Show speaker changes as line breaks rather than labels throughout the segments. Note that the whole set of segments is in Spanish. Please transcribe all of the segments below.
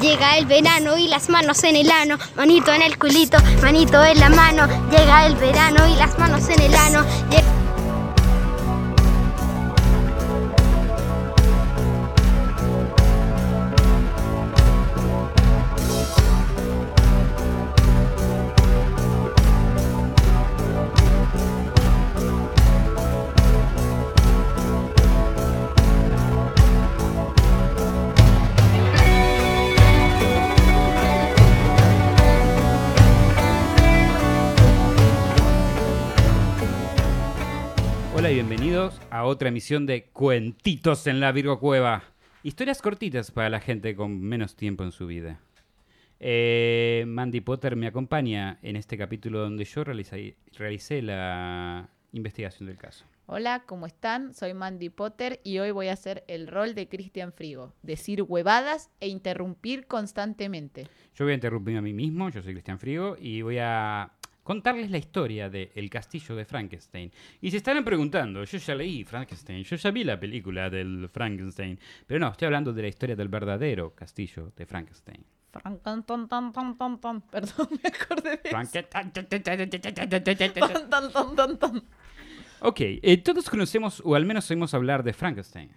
Llega el verano y las manos en el ano, manito en el culito, manito en la mano. Llega el verano y las manos en el ano. Lle-
Hola y bienvenidos a otra emisión de Cuentitos en la Virgo Cueva. Historias cortitas para la gente con menos tiempo en su vida. Eh, Mandy Potter me acompaña en este capítulo donde yo realicé, realicé la investigación del caso.
Hola, ¿cómo están? Soy Mandy Potter y hoy voy a hacer el rol de Cristian Frigo, decir huevadas e interrumpir constantemente.
Yo voy a interrumpir a mí mismo, yo soy Cristian Frigo, y voy a contarles la historia de El Castillo de Frankenstein. Y se estarán preguntando, yo ya leí Frankenstein, yo ya vi la película del Frankenstein, pero no, estoy hablando de la historia del verdadero Castillo de Frankenstein.
Francan, ton, ton, ton, ton, ton. Perdón, me acordé de eso.
Frankenstein.
Ton, ton, ton, ton, ton.
Ok, eh, todos conocemos o al menos oímos hablar de Frankenstein.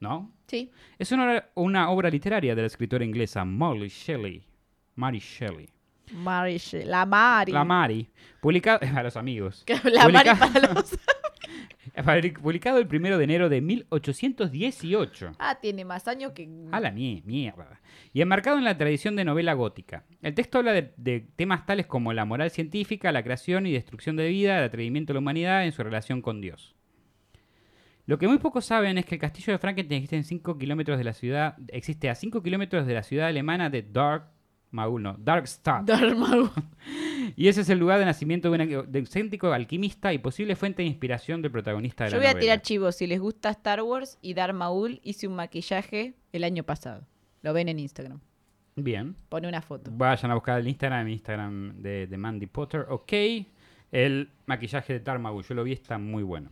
¿No?
Sí,
Es una, obra- una obra literaria de la escritora inglesa Molly Shelley. Mary Shelley.
Mari, She- la Mari.
La Mari. Publicada. A los amigos.
Que- la Mari
Publica-
para los...
Public- Publicado el primero de enero de 1818.
Ah, tiene más años que...
A la mie- mierda. Y enmarcado en la tradición de novela gótica. El texto habla de, de temas tales como la moral científica, la creación y destrucción de vida, el atrevimiento de la humanidad en su relación con Dios. Lo que muy pocos saben es que el castillo de Frankenstein existe, en 5 kilómetros de la ciudad, existe a 5 kilómetros de la ciudad alemana de Dark, Mauno, Darkstadt.
Dormago.
Y ese es el lugar de nacimiento de, una- de un céntrico alquimista y posible fuente de inspiración del protagonista de
Yo
la
voy a
novela.
tirar chivos. Si les gusta Star Wars y Dar Maul, hice un maquillaje el año pasado. Lo ven en Instagram.
Bien.
Pone una foto.
Vayan a buscar el Instagram, el Instagram de, de Mandy Potter. Ok. El maquillaje de Tarmagu, yo lo vi, está muy bueno.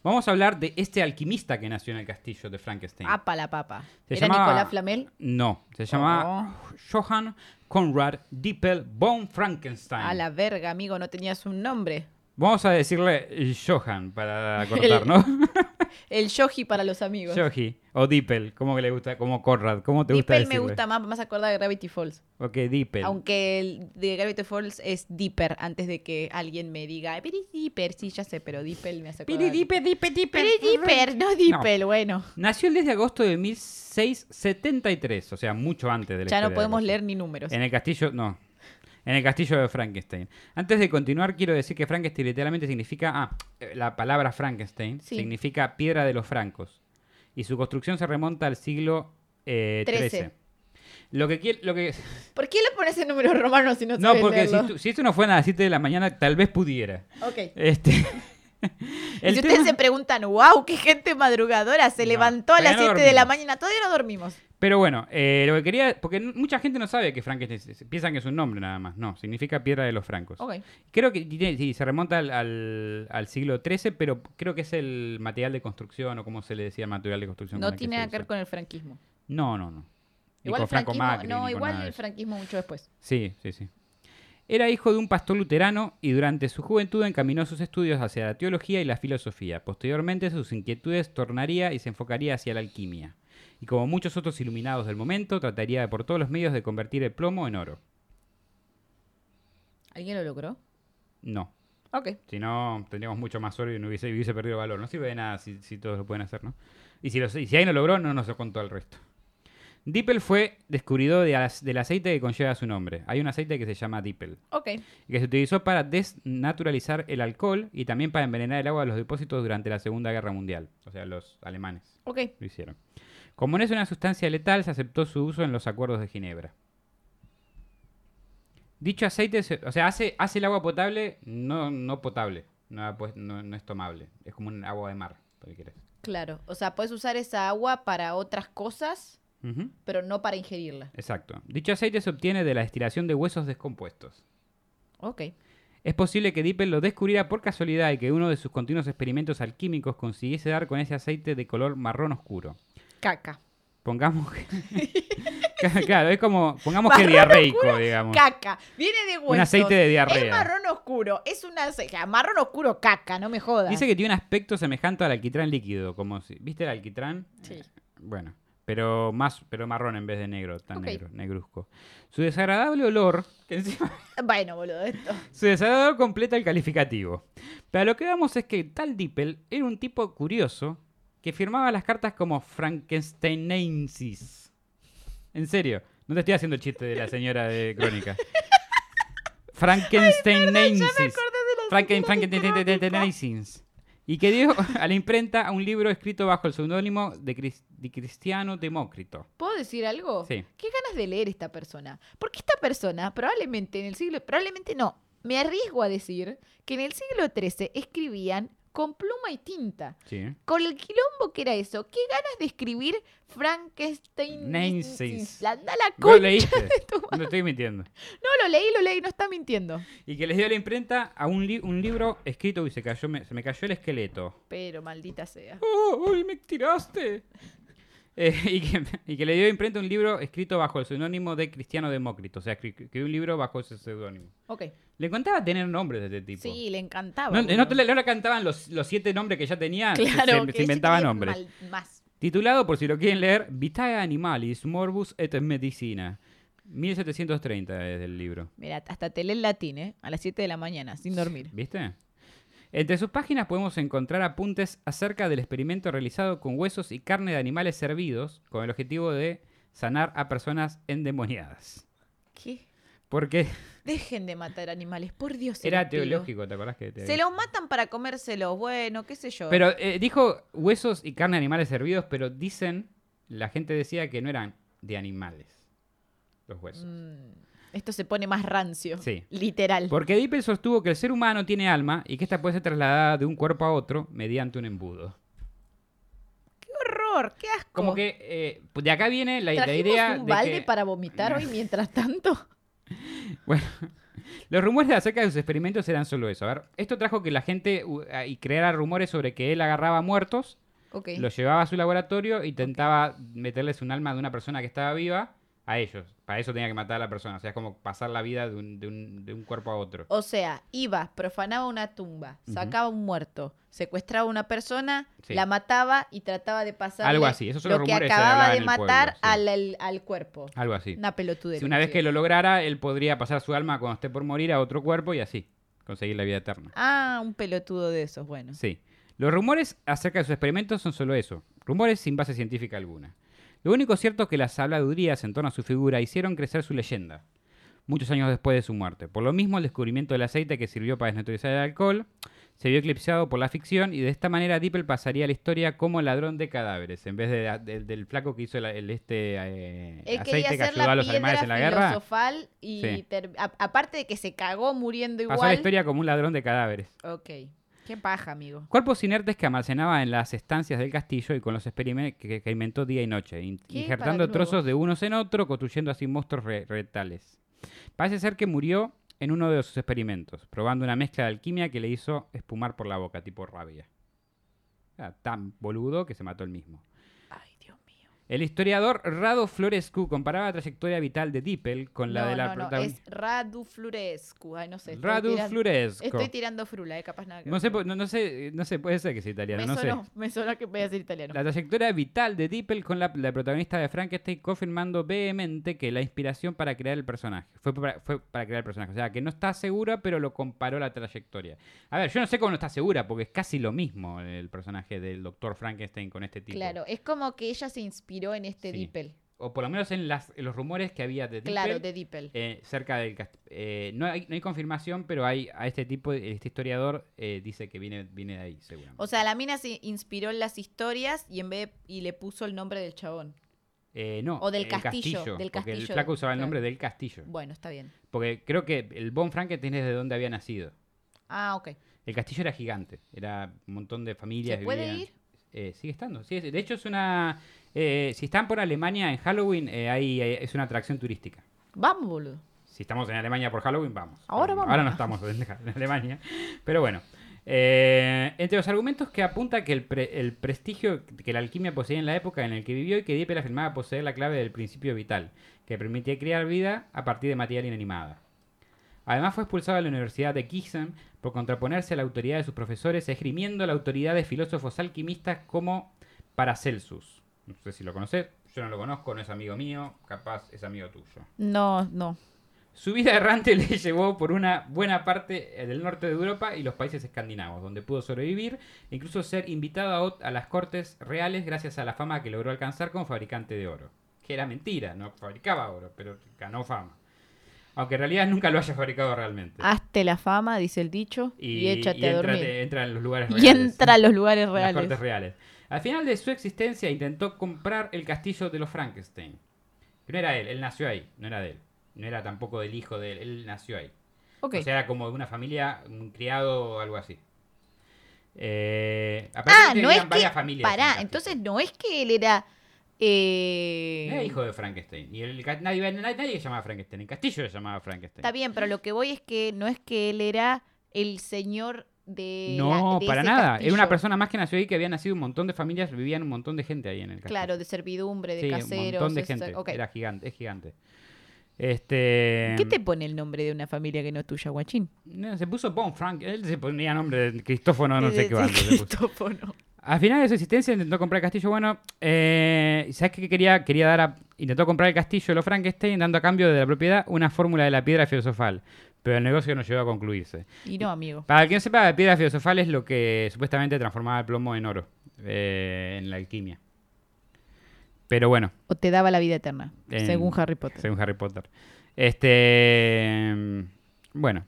Vamos a hablar de este alquimista que nació en el castillo de Frankenstein.
Apa la papa.
Se
¿Era
llamaba-
Nicolás Flamel? Oh.
No, se llamaba Johann Conrad Dippel von Frankenstein.
A la verga, amigo, no tenías un nombre.
Vamos a decirle eh, Johann para cortar,
El-
¿no?
El Yoji para los amigos.
Yogi o Dippel, ¿cómo que le gusta? Como Conrad, ¿cómo te gusta
Dippel
decirle?
me gusta más, más acordada de Gravity Falls.
Ok, Dippel.
Aunque el de Gravity Falls es Dipper antes de que alguien me diga, pero es Dipper, sí, ya sé, pero Dippel me hace acordar.
Piri, dipe, dipe, dipe.
Pero es Dipper, no Dippel, bueno.
Nació el 10 de agosto de 1673, o sea, mucho antes del
Ya no podemos leer ni números.
En el castillo, no. En el castillo de Frankenstein. Antes de continuar, quiero decir que Frankenstein literalmente significa. Ah, eh, la palabra Frankenstein
Sí.
significa piedra de los francos. Y su construcción se remonta al siglo eh,
Trece.
XIII. Lo que quiere. Lo que...
¿Por qué le pones en números romanos si no
No,
sabes
porque si,
leerlo?
tú- si esto no fuera a las 7 de la mañana, tal vez pudiera.
Ok.
Este.
Y
el
si
tema-
ustedes se preguntan, wow, qué gente madrugadora, se
No,
levantó a
todavía
las
no
7 de la
dormimos.
mañana, todavía no dormimos.
Pero bueno, eh, lo que quería, porque n- mucha gente no sabe que Frankenstein, es- piensan que es un nombre nada más, no, significa piedra de los francos.
Ok.
Creo que tiene- sí, se remonta al, al- al siglo XIII, pero creo que es el material de construcción o como se le decía, material de construcción.
No
con el
tiene
se
nada que ver
usa.
con el franquismo.
No, no, no. Ni
Igual
con
el
Franco
franquismo,
Macri, ni
no,
con
igual
nada de
el
eso.
franquismo mucho después.
Sí, sí, sí. Era hijo de un pastor luterano y durante su juventud encaminó sus estudios hacia la teología y la filosofía. Posteriormente sus inquietudes tornaría y se enfocaría hacia la alquimia. Y como muchos otros iluminados del momento, trataría de por todos los medios de convertir el plomo en oro.
¿Alguien lo logró?
No.
Ok.
Si no, tendríamos mucho más oro y no hubiese, hubiese perdido valor. No sirve de nada si, si todos lo pueden hacer, ¿no? Y si, los, y si ahí no logró, no nos lo contó al resto. Dippel fue descubridor de as- del aceite que conlleva su nombre. Hay un aceite que se llama Dippel.
Ok.
que se utilizó para desnaturalizar el alcohol y también para envenenar el agua de los depósitos durante la Segunda Guerra Mundial. O sea, los alemanes
Ok.
lo hicieron. Como no es una sustancia letal, se aceptó su uso en los acuerdos de Ginebra. Dicho aceite, se- o sea, hace, hace el agua potable no, no potable, no, pues, no- no es tomable. Es como un agua de mar, por si querés.
Claro. O sea, puedes usar esa agua para otras cosas,
Ujú,
pero no para ingerirla.
Exacto. Dicho aceite se obtiene de la destilación de huesos descompuestos.
Ok.
Es posible que Dippel lo descubriera por casualidad y que uno de sus continuos experimentos alquímicos consiguiese dar con ese aceite de color marrón oscuro.
Caca.
Pongamos que, claro, es como, pongamos que diarreico, digamos.
Caca. Viene de huesos.
Un aceite de
Es
diarrea.
marrón oscuro. Es un aceite. Marrón oscuro caca, no me jodas.
Dice que tiene un aspecto semejante al alquitrán líquido, como si, ¿viste el alquitrán?
Sí.
Bueno, pero más, pero marrón en vez de negro, tan
Ok.
negro, negruzco. Su desagradable olor, que encima-
Bueno, boludo, esto.
su desagradable olor completa el calificativo. Pero a lo que vamos es que tal Dippel era un tipo curioso que firmaba las cartas como Frankensteinensis. En serio, no te estoy haciendo el chiste de la señora de Crónica. Frankensteinensis. Franken- Frankensteinensis. Y que dio a la imprenta un libro escrito bajo el seudónimo de, Cris- de Cristiano Demócrito.
¿Puedo decir algo?
Sí.
Qué ganas de leer esta persona. Porque esta persona probablemente en el siglo, probablemente no, me arriesgo a decir que en el siglo XIII escribían con pluma y tinta.
Sí.
Con el quilombo que era eso, qué ganas de escribir Frankenstein.
Nancy's.
La, da la
Vos
concha
leíste.
de tu ma-
No estoy mintiendo.
No, lo leí, lo leí, no está mintiendo.
Y que les dio a la imprenta a un, li- un libro escrito. Uy, se, cayó, me- se me cayó el esqueleto.
Pero maldita sea.
¡Oh, uy, me tiraste! Eh, y, que, y que le dio a imprenta un libro escrito bajo el seudónimo de Cristiano Demócrito. O sea, escri- escribió un libro bajo ese seudónimo.
Ok.
Le encantaba tener nombres de este tipo.
Sí, le encantaba.
No,
boludo.
no te le, no le cantaban los, los siete nombres que ya tenía, se-
Claro,
se,
que
se inventaba
ella quería
nombres.
mal- más.
Titulado, por si lo quieren leer, Vitae Animalis Morbus et Medicina. 1730 es el libro.
Mira, hasta te lee el latín, ¿eh? A las 7 de la mañana, sin dormir.
¿Viste? Entre sus páginas podemos encontrar apuntes acerca del experimento realizado con huesos y carne de animales servidos con el objetivo de sanar a personas endemoniadas.
¿Qué?
Porque
Dejen de matar animales, por Dios. se
era
los pido.
teológico, ¿te acordás que te
Se
había-
los matan para comérselos, bueno, qué sé yo.
Pero eh, dijo huesos y carne de animales servidos, pero dicen, la gente decía que no eran de animales los huesos.
Mm, esto se pone más rancio.
Sí.
Literal.
Porque Dippel sostuvo que el ser humano tiene alma y que ésta puede ser trasladada de un cuerpo a otro mediante un embudo.
¡Qué horror! ¡Qué asco!
Como que eh, de acá viene la, la
Oh. ¿Trajimos
idea
un
de
balde
que
para vomitar hoy mientras tanto?
Bueno, los rumores acerca de sus experimentos eran solo eso. A ver, esto trajo que la gente u- a- y creara rumores sobre que él agarraba muertos,
Ok.
los llevaba a su laboratorio y intentaba meterles un alma de una persona que estaba viva a ellos. Para eso tenía que matar a la persona. O sea, es como pasar la vida de un, de un- de un cuerpo a otro.
O sea, iba, profanaba una tumba,
Ujú.
sacaba un muerto, secuestraba a una persona,
Sí.
la mataba y trataba de pasar
Algo así, esos son
lo
los
que
rumores que se
acababa
hablaban
de
en el pueblo,
matar
sí.
al, al- al cuerpo.
Algo así.
Una pelotudez.
si una vez que lo lograra, él podría pasar su alma cuando esté por morir a otro cuerpo y así conseguir la vida eterna.
Ah, un pelotudo de esos, bueno.
Sí. Los rumores acerca de sus experimentos son solo eso, rumores sin base científica alguna. Lo único cierto es que las habladurías en torno a su figura hicieron crecer su leyenda, muchos años después de su muerte. Por lo mismo, el descubrimiento del aceite que sirvió para desnaturalizar el alcohol se vio eclipsado por la ficción y de esta manera Dippel pasaría a la historia como ladrón de cadáveres, en vez de- del- del flaco que hizo el, el este eh,
Él quería
aceite que
hacer
ayudó a
la
los alemanes
piedra
en la guerra.
filosofal y
Sí.
ter- a- aparte de que se cagó muriendo igual.
Pasó a la historia como un ladrón de cadáveres.
Ok. Qué paja, amigo.
Cuerpos inertes que almacenaba en las estancias del castillo y con los experimentos que experimentó día y noche, in-
¿Qué? Para
injertando
luego.
trozos de unos en otro, construyendo así monstruos re- retales. Parece ser que murió en uno de sus experimentos, probando una mezcla de alquimia que le hizo espumar por la boca, tipo rabia. Era tan boludo que se mató el mismo.
Ay, Dios mío.
El historiador Rado Florescu comparaba la trayectoria vital de Dippel con la
no,
de la
no, no, es
protagonista.
Radu Flurescu. Ay, no sé. estoy
Radu
tirando-
Florescu.
Estoy tirando frula, eh, capaz nada que
No
ver.
sé, po- no, no sé, no sé, puede ser que sea italiano,
me
no sé.
sonó, me sonó que voy a decir italiano.
La trayectoria vital de Dippel con la, la protagonista de Frankenstein confirmando vehemente que la inspiración para crear el personaje fue para, fue para crear el personaje. O sea, que no está segura, pero lo comparó la trayectoria. A ver, yo no sé cómo no está segura, porque es casi lo mismo el personaje del doctor Frankenstein con este tipo.
Claro, es como que ella se inspiró en este
Sí.
Dippel.
O por lo menos en, las, en los rumores que había de Dippel.
Claro, de Dippel.
eh, cerca del cast- eh, no, hay, no hay confirmación, pero hay a este tipo, este historiador eh, dice que viene, viene de ahí, seguramente.
O sea, la mina se inspiró en las historias y en vez y le puso el nombre del chabón.
Eh, no,
o del
el
castillo, del
porque el
castillo,
flaco usaba el
claro.
nombre del castillo.
Bueno, está bien.
Porque creo que el Von Frankenstein es de donde había nacido.
Ah, ok.
El castillo era gigante, era un montón de familias.
¿Se puede
vivían-
ir?
Eh, sigue estando. sí, es- de hecho, es una. eh, si están por Alemania en Halloween, eh, ahí eh, es una atracción turística.
Vamos, boludo.
Si estamos en Alemania por Halloween, vamos.
Ahora vamos.
Ahora no estamos en, en Alemania. Pero bueno. Eh, entre los argumentos que apunta que el, pre- el prestigio que la alquimia poseía en la época en la que vivió y que Dieppe la afirmaba poseer la clave del principio vital, que permitía crear vida a partir de material inanimada. Además fue expulsado de la Universidad de Gießen por contraponerse a la autoridad de sus profesores, esgrimiendo la autoridad de filósofos alquimistas como Paracelsus. No sé si lo conoces, yo no lo conozco, no es amigo mío, capaz es amigo tuyo.
No, no.
Su vida errante le llevó por una buena parte eh, del norte de Europa y los países escandinavos, donde pudo sobrevivir e incluso ser invitado a ot- a, las cortes reales gracias a la fama que logró alcanzar como fabricante de oro. Que era mentira, no fabricaba oro, pero ganó fama. Aunque en realidad nunca lo haya fabricado realmente.
Hazte la fama, dice el dicho, Ah, y, échate a
entra-
dormir.
entra en los lugares
Y
reales.
entra a los lugares
En las
reales.
cortes reales. Al final de su existencia intentó comprar el castillo de los Frankenstein. Que no era él, él nació ahí, no era de él. No era tampoco del hijo de él, él nació ahí.
Ok.
O sea, era como de una familia, un criado o algo así. Eh,
ah,
aparentemente
no es
habían varias
que.
familias en
Pará,
Castillo.
entonces no es que él era.
No
Eh...
Era hijo de Frankenstein. Y el, ca- nadie, nadie, nadie se llamaba Frankenstein. El castillo se llamaba Frankenstein.
Está bien, pero lo que voy es que no es que él era el señor de. la-
no,
de
para
ese
nada. Era una
castillo.
persona más que nació ahí, que había nacido un montón de familias, vivían un montón de gente ahí en el castillo.
Claro, de servidumbre, de
Sí,
caseros.
un montón de
esa-
gente.
ok.
Era gigante, es gigante. Este.
¿Qué te pone el nombre de una familia que no es tuya, guachín?
no, se puso Bon Frank. Él se ponía nombre de Cristófono, no sé
Eh,
qué banda se puso.
Cristófono.
Al final de su existencia intentó comprar el castillo. Bueno, eh, ¿sabes qué quería? Quería dar a- Intentó comprar el castillo de los Frankenstein, dando a cambio de la propiedad una fórmula de la piedra filosofal. Pero el negocio no llegó a concluirse.
Y no, amigo.
Para el que no sepa, la piedra filosofal es lo que supuestamente transformaba el plomo en oro eh, en la alquimia. Pero bueno,
O te daba la vida eterna,
En-
según Harry Potter.
según Harry Potter. Este. Bueno.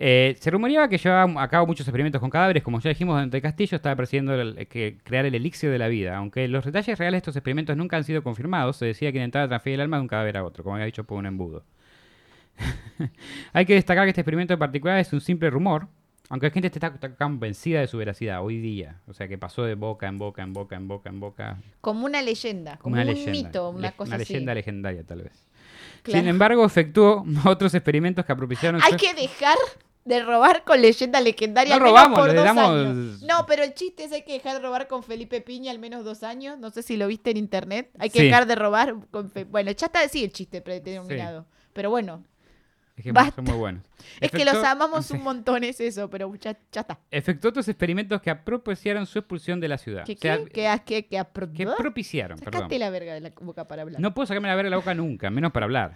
Eh, se rumoreaba que llevaba a cabo muchos experimentos con cadáveres, como ya dijimos, durante el castillo estaba persiguiendo el- eh, que crear el elixir de la vida. Aunque los detalles reales de estos experimentos nunca han sido confirmados, se decía que intentaba transferir el alma de un cadáver a otro, como había dicho por un embudo. Hay que destacar que este experimento en particular es un simple rumor, aunque la gente está, está convencida de su veracidad hoy día. O sea, que pasó de boca en boca, en boca, en boca, en boca,
Como una leyenda, como
una
un
leyenda.
mito, una
Le-
cosa así.
leyenda legendaria, tal vez.
Claro.
Sin embargo, efectuó otros experimentos que apropiaron.
Hay
su-
que dejar de robar con leyenda legendaria.
No
al menos
robamos,
por
le
dos
damos-
años. No, pero el chiste es hay que dejar de robar con Felipe Piña al menos dos años. No sé si lo viste en internet. Hay que
Sí.
dejar de robar con Fe- Bueno, ya está así el chiste predeterminado. Pero bueno,
Es que
Basta.
son muy buenos.
es que
Efectuó-
los amamos
sí.
un montón, es eso, pero ya, ya está.
Efectuó otros experimentos que propiciaron su expulsión de la ciudad.
¿Qué,
O sea,
qué, qué, qué, qué apro-
que propiciaron, perdón.
Sacate la verga de la boca para hablar.
No puedo sacarme la verga de la boca nunca, menos para hablar.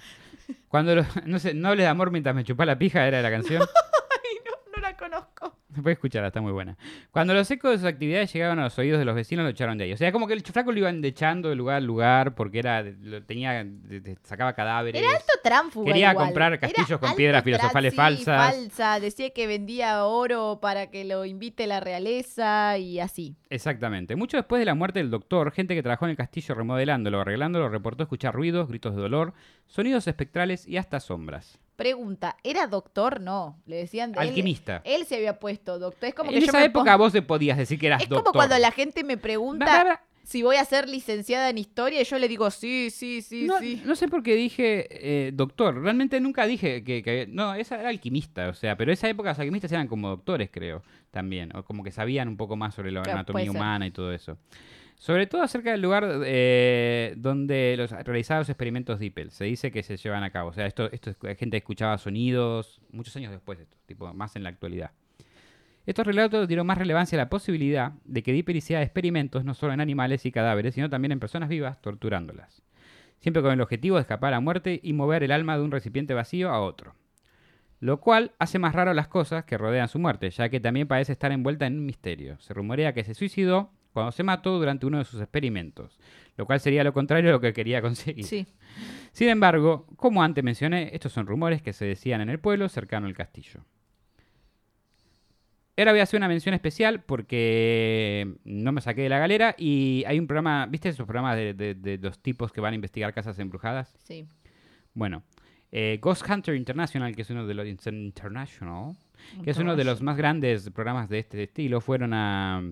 Cuando lo- no sé, no hables de amor mientras me chupás la pija era la canción.
no la conozco.
Voy a escucharla, está muy buena. Cuando los ecos de sus actividades llegaban a los oídos de los vecinos, lo echaron de ahí. O sea, como que el chuflaco lo iban echando de lugar a lugar porque era, lo tenía, de- de- sacaba cadáveres.
Esto tránfuga
Quería
igual.
comprar castillos
Era
con
alto
piedras
trán-
filosofales
sí,
falsas.
falsa. Decía que vendía oro para que lo invite la realeza y así.
Exactamente. Mucho después de la muerte del doctor, gente que trabajó en el castillo remodelándolo, arreglándolo, reportó escuchar ruidos, gritos de dolor, sonidos espectrales y hasta sombras.
Pregunta, ¿era doctor? No, le decían... él-
Alquimista.
Él, se había puesto doctor. Es como que
en
yo
esa
me
época
pongo-
vos te podías decir que eras
Es
doctor.
como cuando la gente me
Va, va,
pregunta
va.
si voy a ser licenciada en historia y yo le digo sí, sí, sí,
no,
sí.
no sé por qué dije eh, doctor. Realmente nunca dije que, que- No, esa era alquimista, o sea, pero esa época los alquimistas eran como doctores, creo, también. O como que sabían un poco más sobre la
Claro, puede
anatomía
ser.
humana y todo eso. Sobre todo acerca del lugar eh, donde los realizados experimentos Dippel se dice que se llevan a cabo. O sea, esto, esto es- la gente escuchaba sonidos muchos años después de esto, tipo más en la actualidad. Estos relatos dieron más relevancia a la posibilidad de que Dipper hiciera experimentos no solo en animales y cadáveres, sino también en personas vivas, torturándolas. Siempre con el objetivo de escapar a la muerte y mover el alma de un recipiente vacío a otro. Lo cual hace más raro las cosas que rodean su muerte, ya que también parece estar envuelta en un misterio. Se rumorea que se suicidó cuando se mató durante uno de sus experimentos, lo cual sería lo contrario de lo que quería conseguir.
Sí.
Sin embargo, como antes mencioné, estos son rumores que se decían en el pueblo cercano al castillo. Ahora voy a hacer una mención especial porque no me saqué de la galera y hay un programa, ¿viste esos programas de, de- de los tipos que van a investigar casas embrujadas?
Sí.
Bueno, eh, Ghost Hunter International, que es uno de los International, que es uno de los más grandes programas de este estilo, fueron a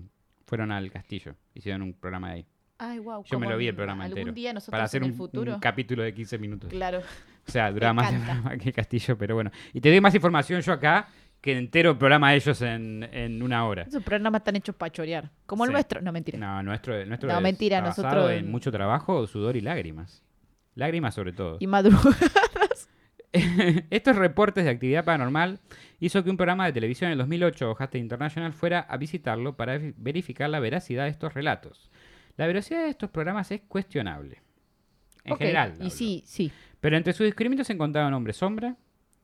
fueron al castillo, hicieron un programa ahí
Ay, wow.
Yo me lo vi el programa entero.
Algún día nosotros
para hacer
en
un,
el futuro.
un capítulo de 15 minutos.
claro.
O sea, duraba más el
encanta.
programa que el castillo, pero bueno. Y te doy más información yo acá que entero el programa de ellos en, en una hora.
Esos programas están hechos para chorear. Como el
Sí.
nuestro. No, mentira.
No, nuestro, nuestro
No,
es
mentira,
basado
nosotros-
en mucho trabajo, sudor y lágrimas. Lágrimas sobre todo.
Y madruga.
Estos reportes de actividad paranormal hizo que un programa de televisión en el 2008, Ojaste International, fuera a visitarlo para vi- verificar la veracidad de estos relatos. La veracidad de estos programas es cuestionable. En
Ok,
general.
Y
hablo.
sí, sí.
Pero entre sus descrimientos se encontraban hombres sombra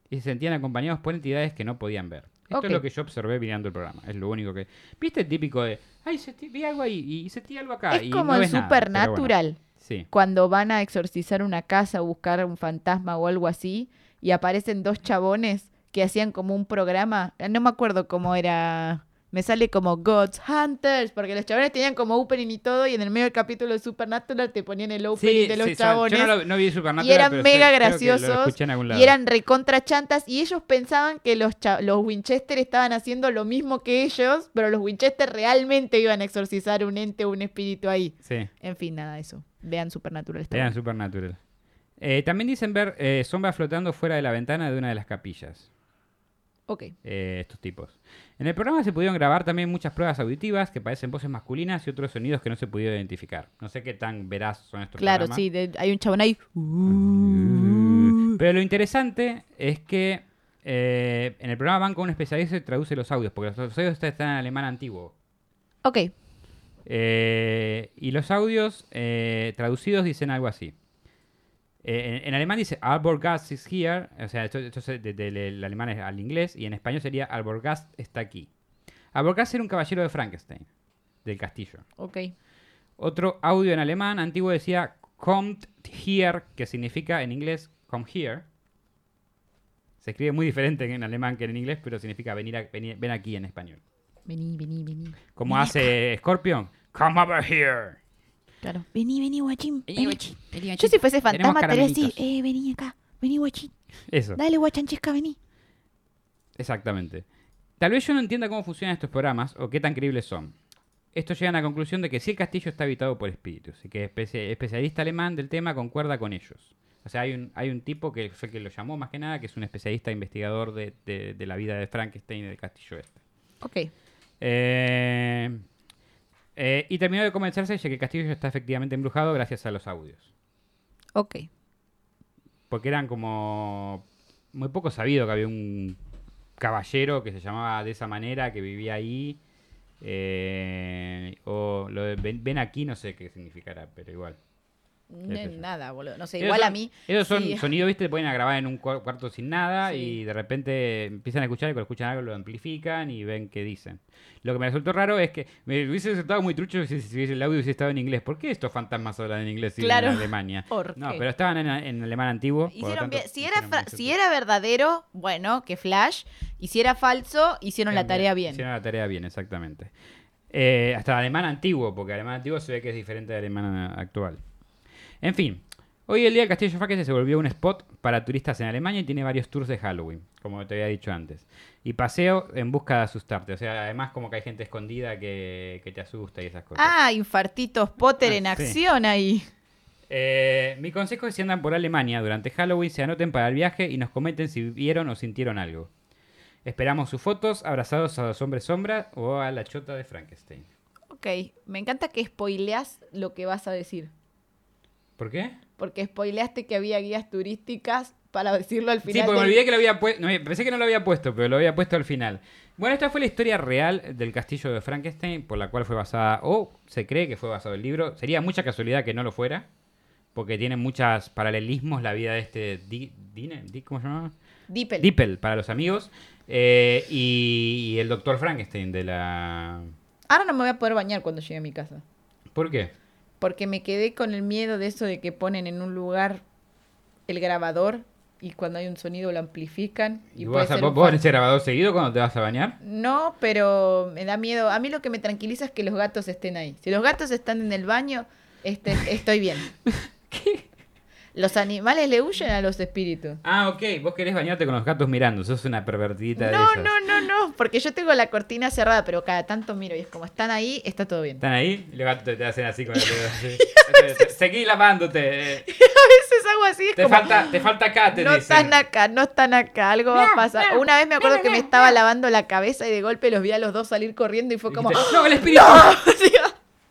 y se sentían acompañados por entidades que no podían ver. Esto
Ok.
es lo que yo observé mirando el programa. Es lo único que... ¿Viste el típico de... Ay, sentí, vi algo ahí y sentí algo acá. Ah, y
es como
no
en
ves nada", pero bueno,
Supernatural.
sí.
Cuando van a exorcizar una casa o buscar un fantasma o algo así. Y aparecen dos chabones que hacían como un programa. eh, No me acuerdo cómo era. Me sale como Gods Hunters. Porque los chabones tenían como opening y todo. Y en el medio del capítulo de Supernatural te ponían el opening
Sí,
de los
sí, son-
chabones.
Yo no, lo- no vi Supernatural.
Y eran
pero sé-
mega
creo que lo
graciosos.
escuché en algún lado.
Y eran recontra chantas y ellos pensaban que los, cha- los Winchester estaban haciendo lo mismo que ellos, pero los Winchester realmente iban a exorcizar un ente o un espíritu ahí.
Sí,
En fin, nada de eso. Vean Supernatural. está
eran
bueno.
Supernatural. Eh, también dicen ver eh, sombras flotando fuera de la ventana de una de las capillas.
Ok.
eh, estos tipos. En el programa se pudieron grabar también muchas pruebas auditivas que parecen voces masculinas y otros sonidos que no se pudieron identificar. No sé qué tan veraz son estos
Claro,
programas.
sí, de- hay un chabón ahí.
Pero lo interesante es que eh, en el programa van con un especialista y traduce los audios, porque los los audios está- están en alemán antiguo.
Ok.
Eh, y los audios eh, traducidos dicen algo así. Eh, en, en alemán dice Alborgast is here, o sea, esto, esto es de- de- del alemán al inglés, y en español sería Alborgast está aquí. Alborgast era un caballero de Frankenstein, del castillo.
Ok.
Otro audio en alemán antiguo decía Kommt here, que significa en inglés come here. Se escribe muy diferente en alemán que en inglés, pero significa venir, a- venir- ven aquí en español.
Vení, vení, vení.
Como hace Scorpion, come over here.
Claro. Vení, vení, guachín.
Vení,
vení.
guachín, vení,
Yo
guachín.
si fuese
Tenemos
fantasma, estaría así.
caramelitos.
Eh, vení acá. Vení, guachín.
Eso,
eh, Dale, guachanchesca, vení.
exactamente. Tal vez yo no entienda cómo funcionan estos programas o qué tan creíbles son. Estos llegan a la conclusión de que sí el castillo está habitado por espíritus y que el especialista alemán del tema concuerda con ellos. O sea, hay un, hay un tipo que fue el que lo llamó más que nada, que es un especialista investigador de, de- de la vida de Frankenstein y del castillo este.
Ok.
Eh, eh, y terminó de convencerse de que el castillo está efectivamente embrujado gracias a los audios.
Ok.
Porque eran como muy poco sabido que había un caballero que se llamaba de esa manera, que vivía ahí. eh, o lo de ven, ven aquí, no sé qué significará, pero igual.
N-
sé yo.
Nada, boludo. No sé,
Esos
igual
son-
a mí.
Esos son
sí.
sonidos, viste, te pueden grabar en un cua- cuarto sin nada
Sí.
y de repente empiezan a escuchar y cuando escuchan algo lo amplifican y ven qué dicen. Lo que me resultó raro es que me hubiese resultado muy trucho si, si el audio hubiese estado en inglés. ¿Por qué estos fantasmas hablan en inglés y no
Claro.
en Alemania?
¿Por
No,
qué?
pero estaban en, en alemán antiguo. por lo
Hicieron
tanto,
bien. Si era,
hicieron
fra-
bien su-
si era verdadero, bueno, que Flash. Y si era falso, hicieron la tarea bien.
Hicieron la tarea bien, exactamente. Eh, hasta alemán antiguo, porque alemán antiguo se ve que es diferente de alemán eh, actual. En fin, hoy el día el Castillo Frankenstein se volvió un spot para turistas en Alemania y tiene varios tours de Halloween, como te había dicho antes. Y paseo en busca de asustarte. O sea, además como que hay gente escondida que, que te asusta y esas cosas.
Ah, infartitos Potter
Ah,
en
sí.
acción ahí.
Eh, mi consejo es si andan por Alemania durante Halloween, se anoten para el viaje y nos comenten si vieron o sintieron algo. Esperamos sus fotos abrazados a los hombres sombra o a la chota de Frankenstein.
Ok, me encanta que spoileas lo que vas a decir.
¿Por qué?
Porque spoileaste que había guías turísticas para decirlo al
Sí,
final.
porque me
del-
olvidé que lo había puesto. pensé que no lo había puesto, pero lo había puesto al final. Bueno, esta fue la historia real del castillo de Frankenstein, por la cual fue basada, o se cree que fue basado el libro. Sería mucha casualidad que no lo fuera, porque tiene muchos paralelismos la vida de este. Di, Dine- Di- ¿Cómo se llamaba?
Dippel.
Dippel, para los amigos. eh, y, y el doctor Frankenstein de la.
Ahora no me voy a poder bañar cuando llegue a mi casa.
¿Por qué?
Porque me quedé con el miedo de eso de que ponen en un lugar el grabador y cuando hay un sonido lo amplifican.
¿Y,
Y,
vos,
puede
vas a-
ser
vos
un
pones
fan-
ese grabador seguido cuando te vas a bañar?
No, pero me da miedo. A mí lo que me tranquiliza es que los gatos estén ahí. Si los gatos están en el baño, este, estoy bien. Los animales le huyen a los espíritus.
Ah, ok, vos querés bañarte con los gatos mirando, sos una pervertidita de
No,
esas.
no, no, no, porque yo tengo la cortina cerrada, pero cada tanto miro y es como están ahí, está todo bien.
Están ahí y los gatos te, te hacen así con el dedo. así. Te- te- Seguí lavándote. eh.
A veces
algo así. Es
Te
como,
falta, te falta acá, te
no
dicen.
están acá, no están acá, algo va a pasar. Una vez me acuerdo que me estaba lavando la cabeza y de golpe los vi a los dos salir corriendo y fue como...
Dijiste, no, el espíritu.
"O sea,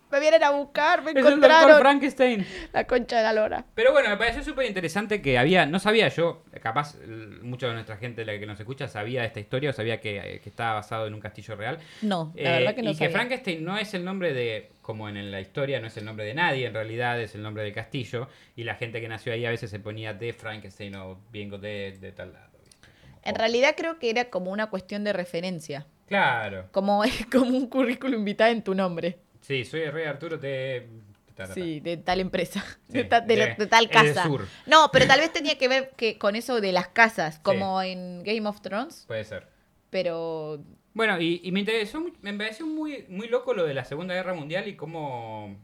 me vienen a buscar, me
Es el doctor
encontraron
Frankenstein.
la concha de la lora.
Pero bueno, me pareció súper interesante que había, no sabía yo, capaz l- mucha de nuestra gente la que nos escucha sabía esta historia o sabía que, eh, que estaba basado en un castillo real.
No, la
Eh,
verdad que no
y
sabía.
que Frankenstein no es el nombre de, como en la historia, no es el nombre de nadie, en realidad es el nombre del castillo. Y la gente que nació ahí a veces se ponía de Frankenstein o vengo de, de tal lado. ¿viste? Como-
En realidad creo que era como una cuestión de referencia.
Claro.
Como, como un currículum vitae en tu nombre.
Sí, soy el rey Arturo de... ta, ta, ta.
Sí, de tal empresa,
Sí,
de, ta- de la-
de-
de tal
es del
casa.
sur.
No, pero tal vez tenía que ver que con eso de las casas, como en Game of Thrones,
Puede ser.
pero
Bueno, y, y me interesó, mu- me pareció muy, muy loco lo de la Segunda Guerra Mundial y cómo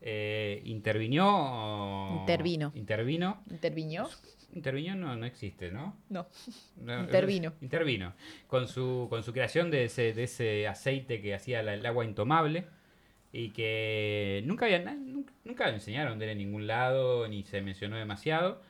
eh, intervinió.
Intervino.
Intervino.
intervino.
Intervino no, no existe, ¿no?
No.
No,
Intervino.
Intervino. Con su, con su creación de ese, de ese aceite que hacía la- el agua intomable. Y que nunca, había, na- nunca, nunca lo enseñaron de él en ningún lado, ni se mencionó demasiado.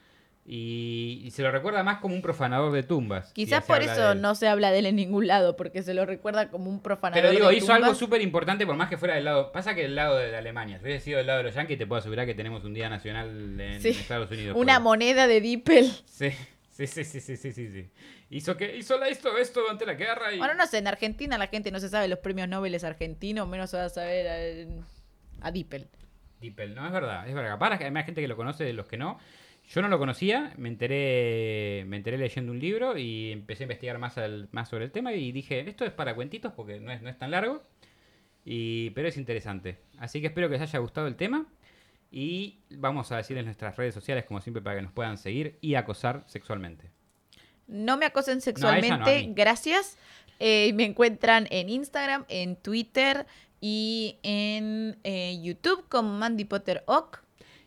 Y, y se lo recuerda más como un profanador de tumbas. si ya
Quizás
se
por
habla
eso
de él.
no se habla de él en ningún lado, porque se lo recuerda como un profanador.
Pero digo,
de
hizo
tumbas.
algo súper importante por más que fuera del lado. Pasa que del lado de Alemania. Si hubiese sido del lado de los Yankees, te puedo asegurar que tenemos un día nacional en
Sí.
Estados Unidos.
Una
por-
moneda de Dippel.
Sí, sí, sí, sí, sí, sí, sí, sí. Hizo que hizo la- esto, esto durante la guerra y.
Bueno, no sé, en Argentina la gente no se sabe los premios Nobel argentinos, menos se va a saber a, a Dippel.
Dippel, no, es verdad, es verdad. Capaz que hay más gente que lo conoce de los que no. Yo no lo conocía, me enteré, me enteré leyendo un libro y empecé a investigar más, al- más sobre el tema y dije, esto es para cuentitos porque no es, no es tan largo, y, pero es interesante. Así que espero que les haya gustado el tema y vamos a decirles nuestras redes sociales como siempre para que nos puedan seguir y acosar sexualmente.
No me acosen
a mí.
sexualmente, gracias. Eh, me encuentran en Instagram, en Twitter y en eh, YouTube con Mandy Potter Ock.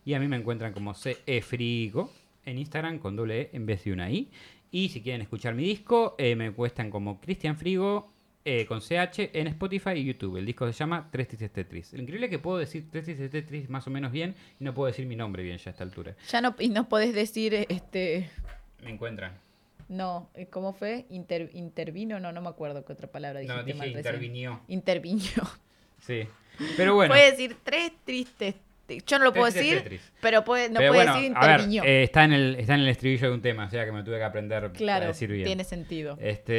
Y a mí me encuentran como CEFrigo en Instagram con doble E en vez de una I. Y si quieren escuchar mi disco, eh, me cuestan como Cristian Frigo eh, con CH en Spotify y YouTube. El disco se llama Tres Tristes Tetris. Lo increíble es que puedo decir Tres Tristes Tetris más o menos bien y no puedo decir mi nombre bien ya a esta altura.
Ya no, y no podés decir, eh, este,
Me encuentran.
no, eh, ¿cómo fue? Inter- intervino, no, no me acuerdo qué otra palabra dijiste.
No, dije
mal recién.
intervinió.
Intervino.
Sí. Pero bueno.
Puede decir tres tristes. te- Yo no lo
Tres
puedo
tristes
decir,
Tetris.
pero puede, no
pero
puede
bueno,
decir
a ver,
intervino.
eh, está, en el, está en el estribillo de un tema, o sea que me tuve que aprender a
claro,
decir bien. Eh,
tiene sentido.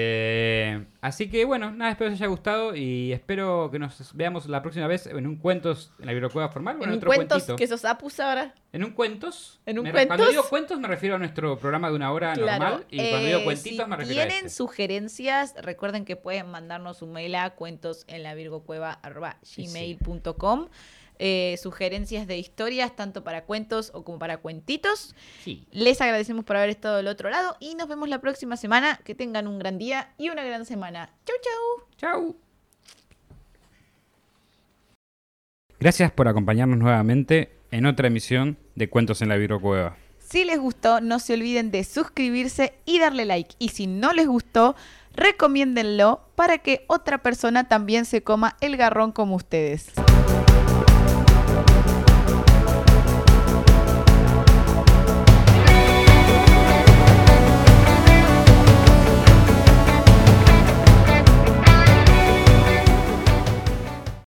Este, así que bueno, nada, espero les haya gustado y espero que nos veamos la próxima vez en un cuentos en la biblioteca formal o en,
en un
otro
cuentos
cuentito.
que sos apus ahora.
En un cuentos.
¿En un
me-
cuentos?
Cuando digo cuentos me refiero a nuestro programa de una hora normal y cuando digo
eh,
cuentitos
si
me refiero a
tienen
este.
sugerencias, recuerden que pueden mandarnos un mail a cuentos en la gmail.com. eh, sugerencias de historias, tanto para cuentos o como para cuentitos.
Sí.
Les agradecemos por haber estado del otro lado y nos vemos la próxima semana. Que tengan un gran día y una gran semana. Chau, chau.
Chau. Gracias por acompañarnos nuevamente en otra emisión de Cuentos en la Birocueva.
Si les gustó, no se olviden de suscribirse y darle like. Y si no les gustó, recomiéndenlo para que otra persona también se coma el garrón como ustedes.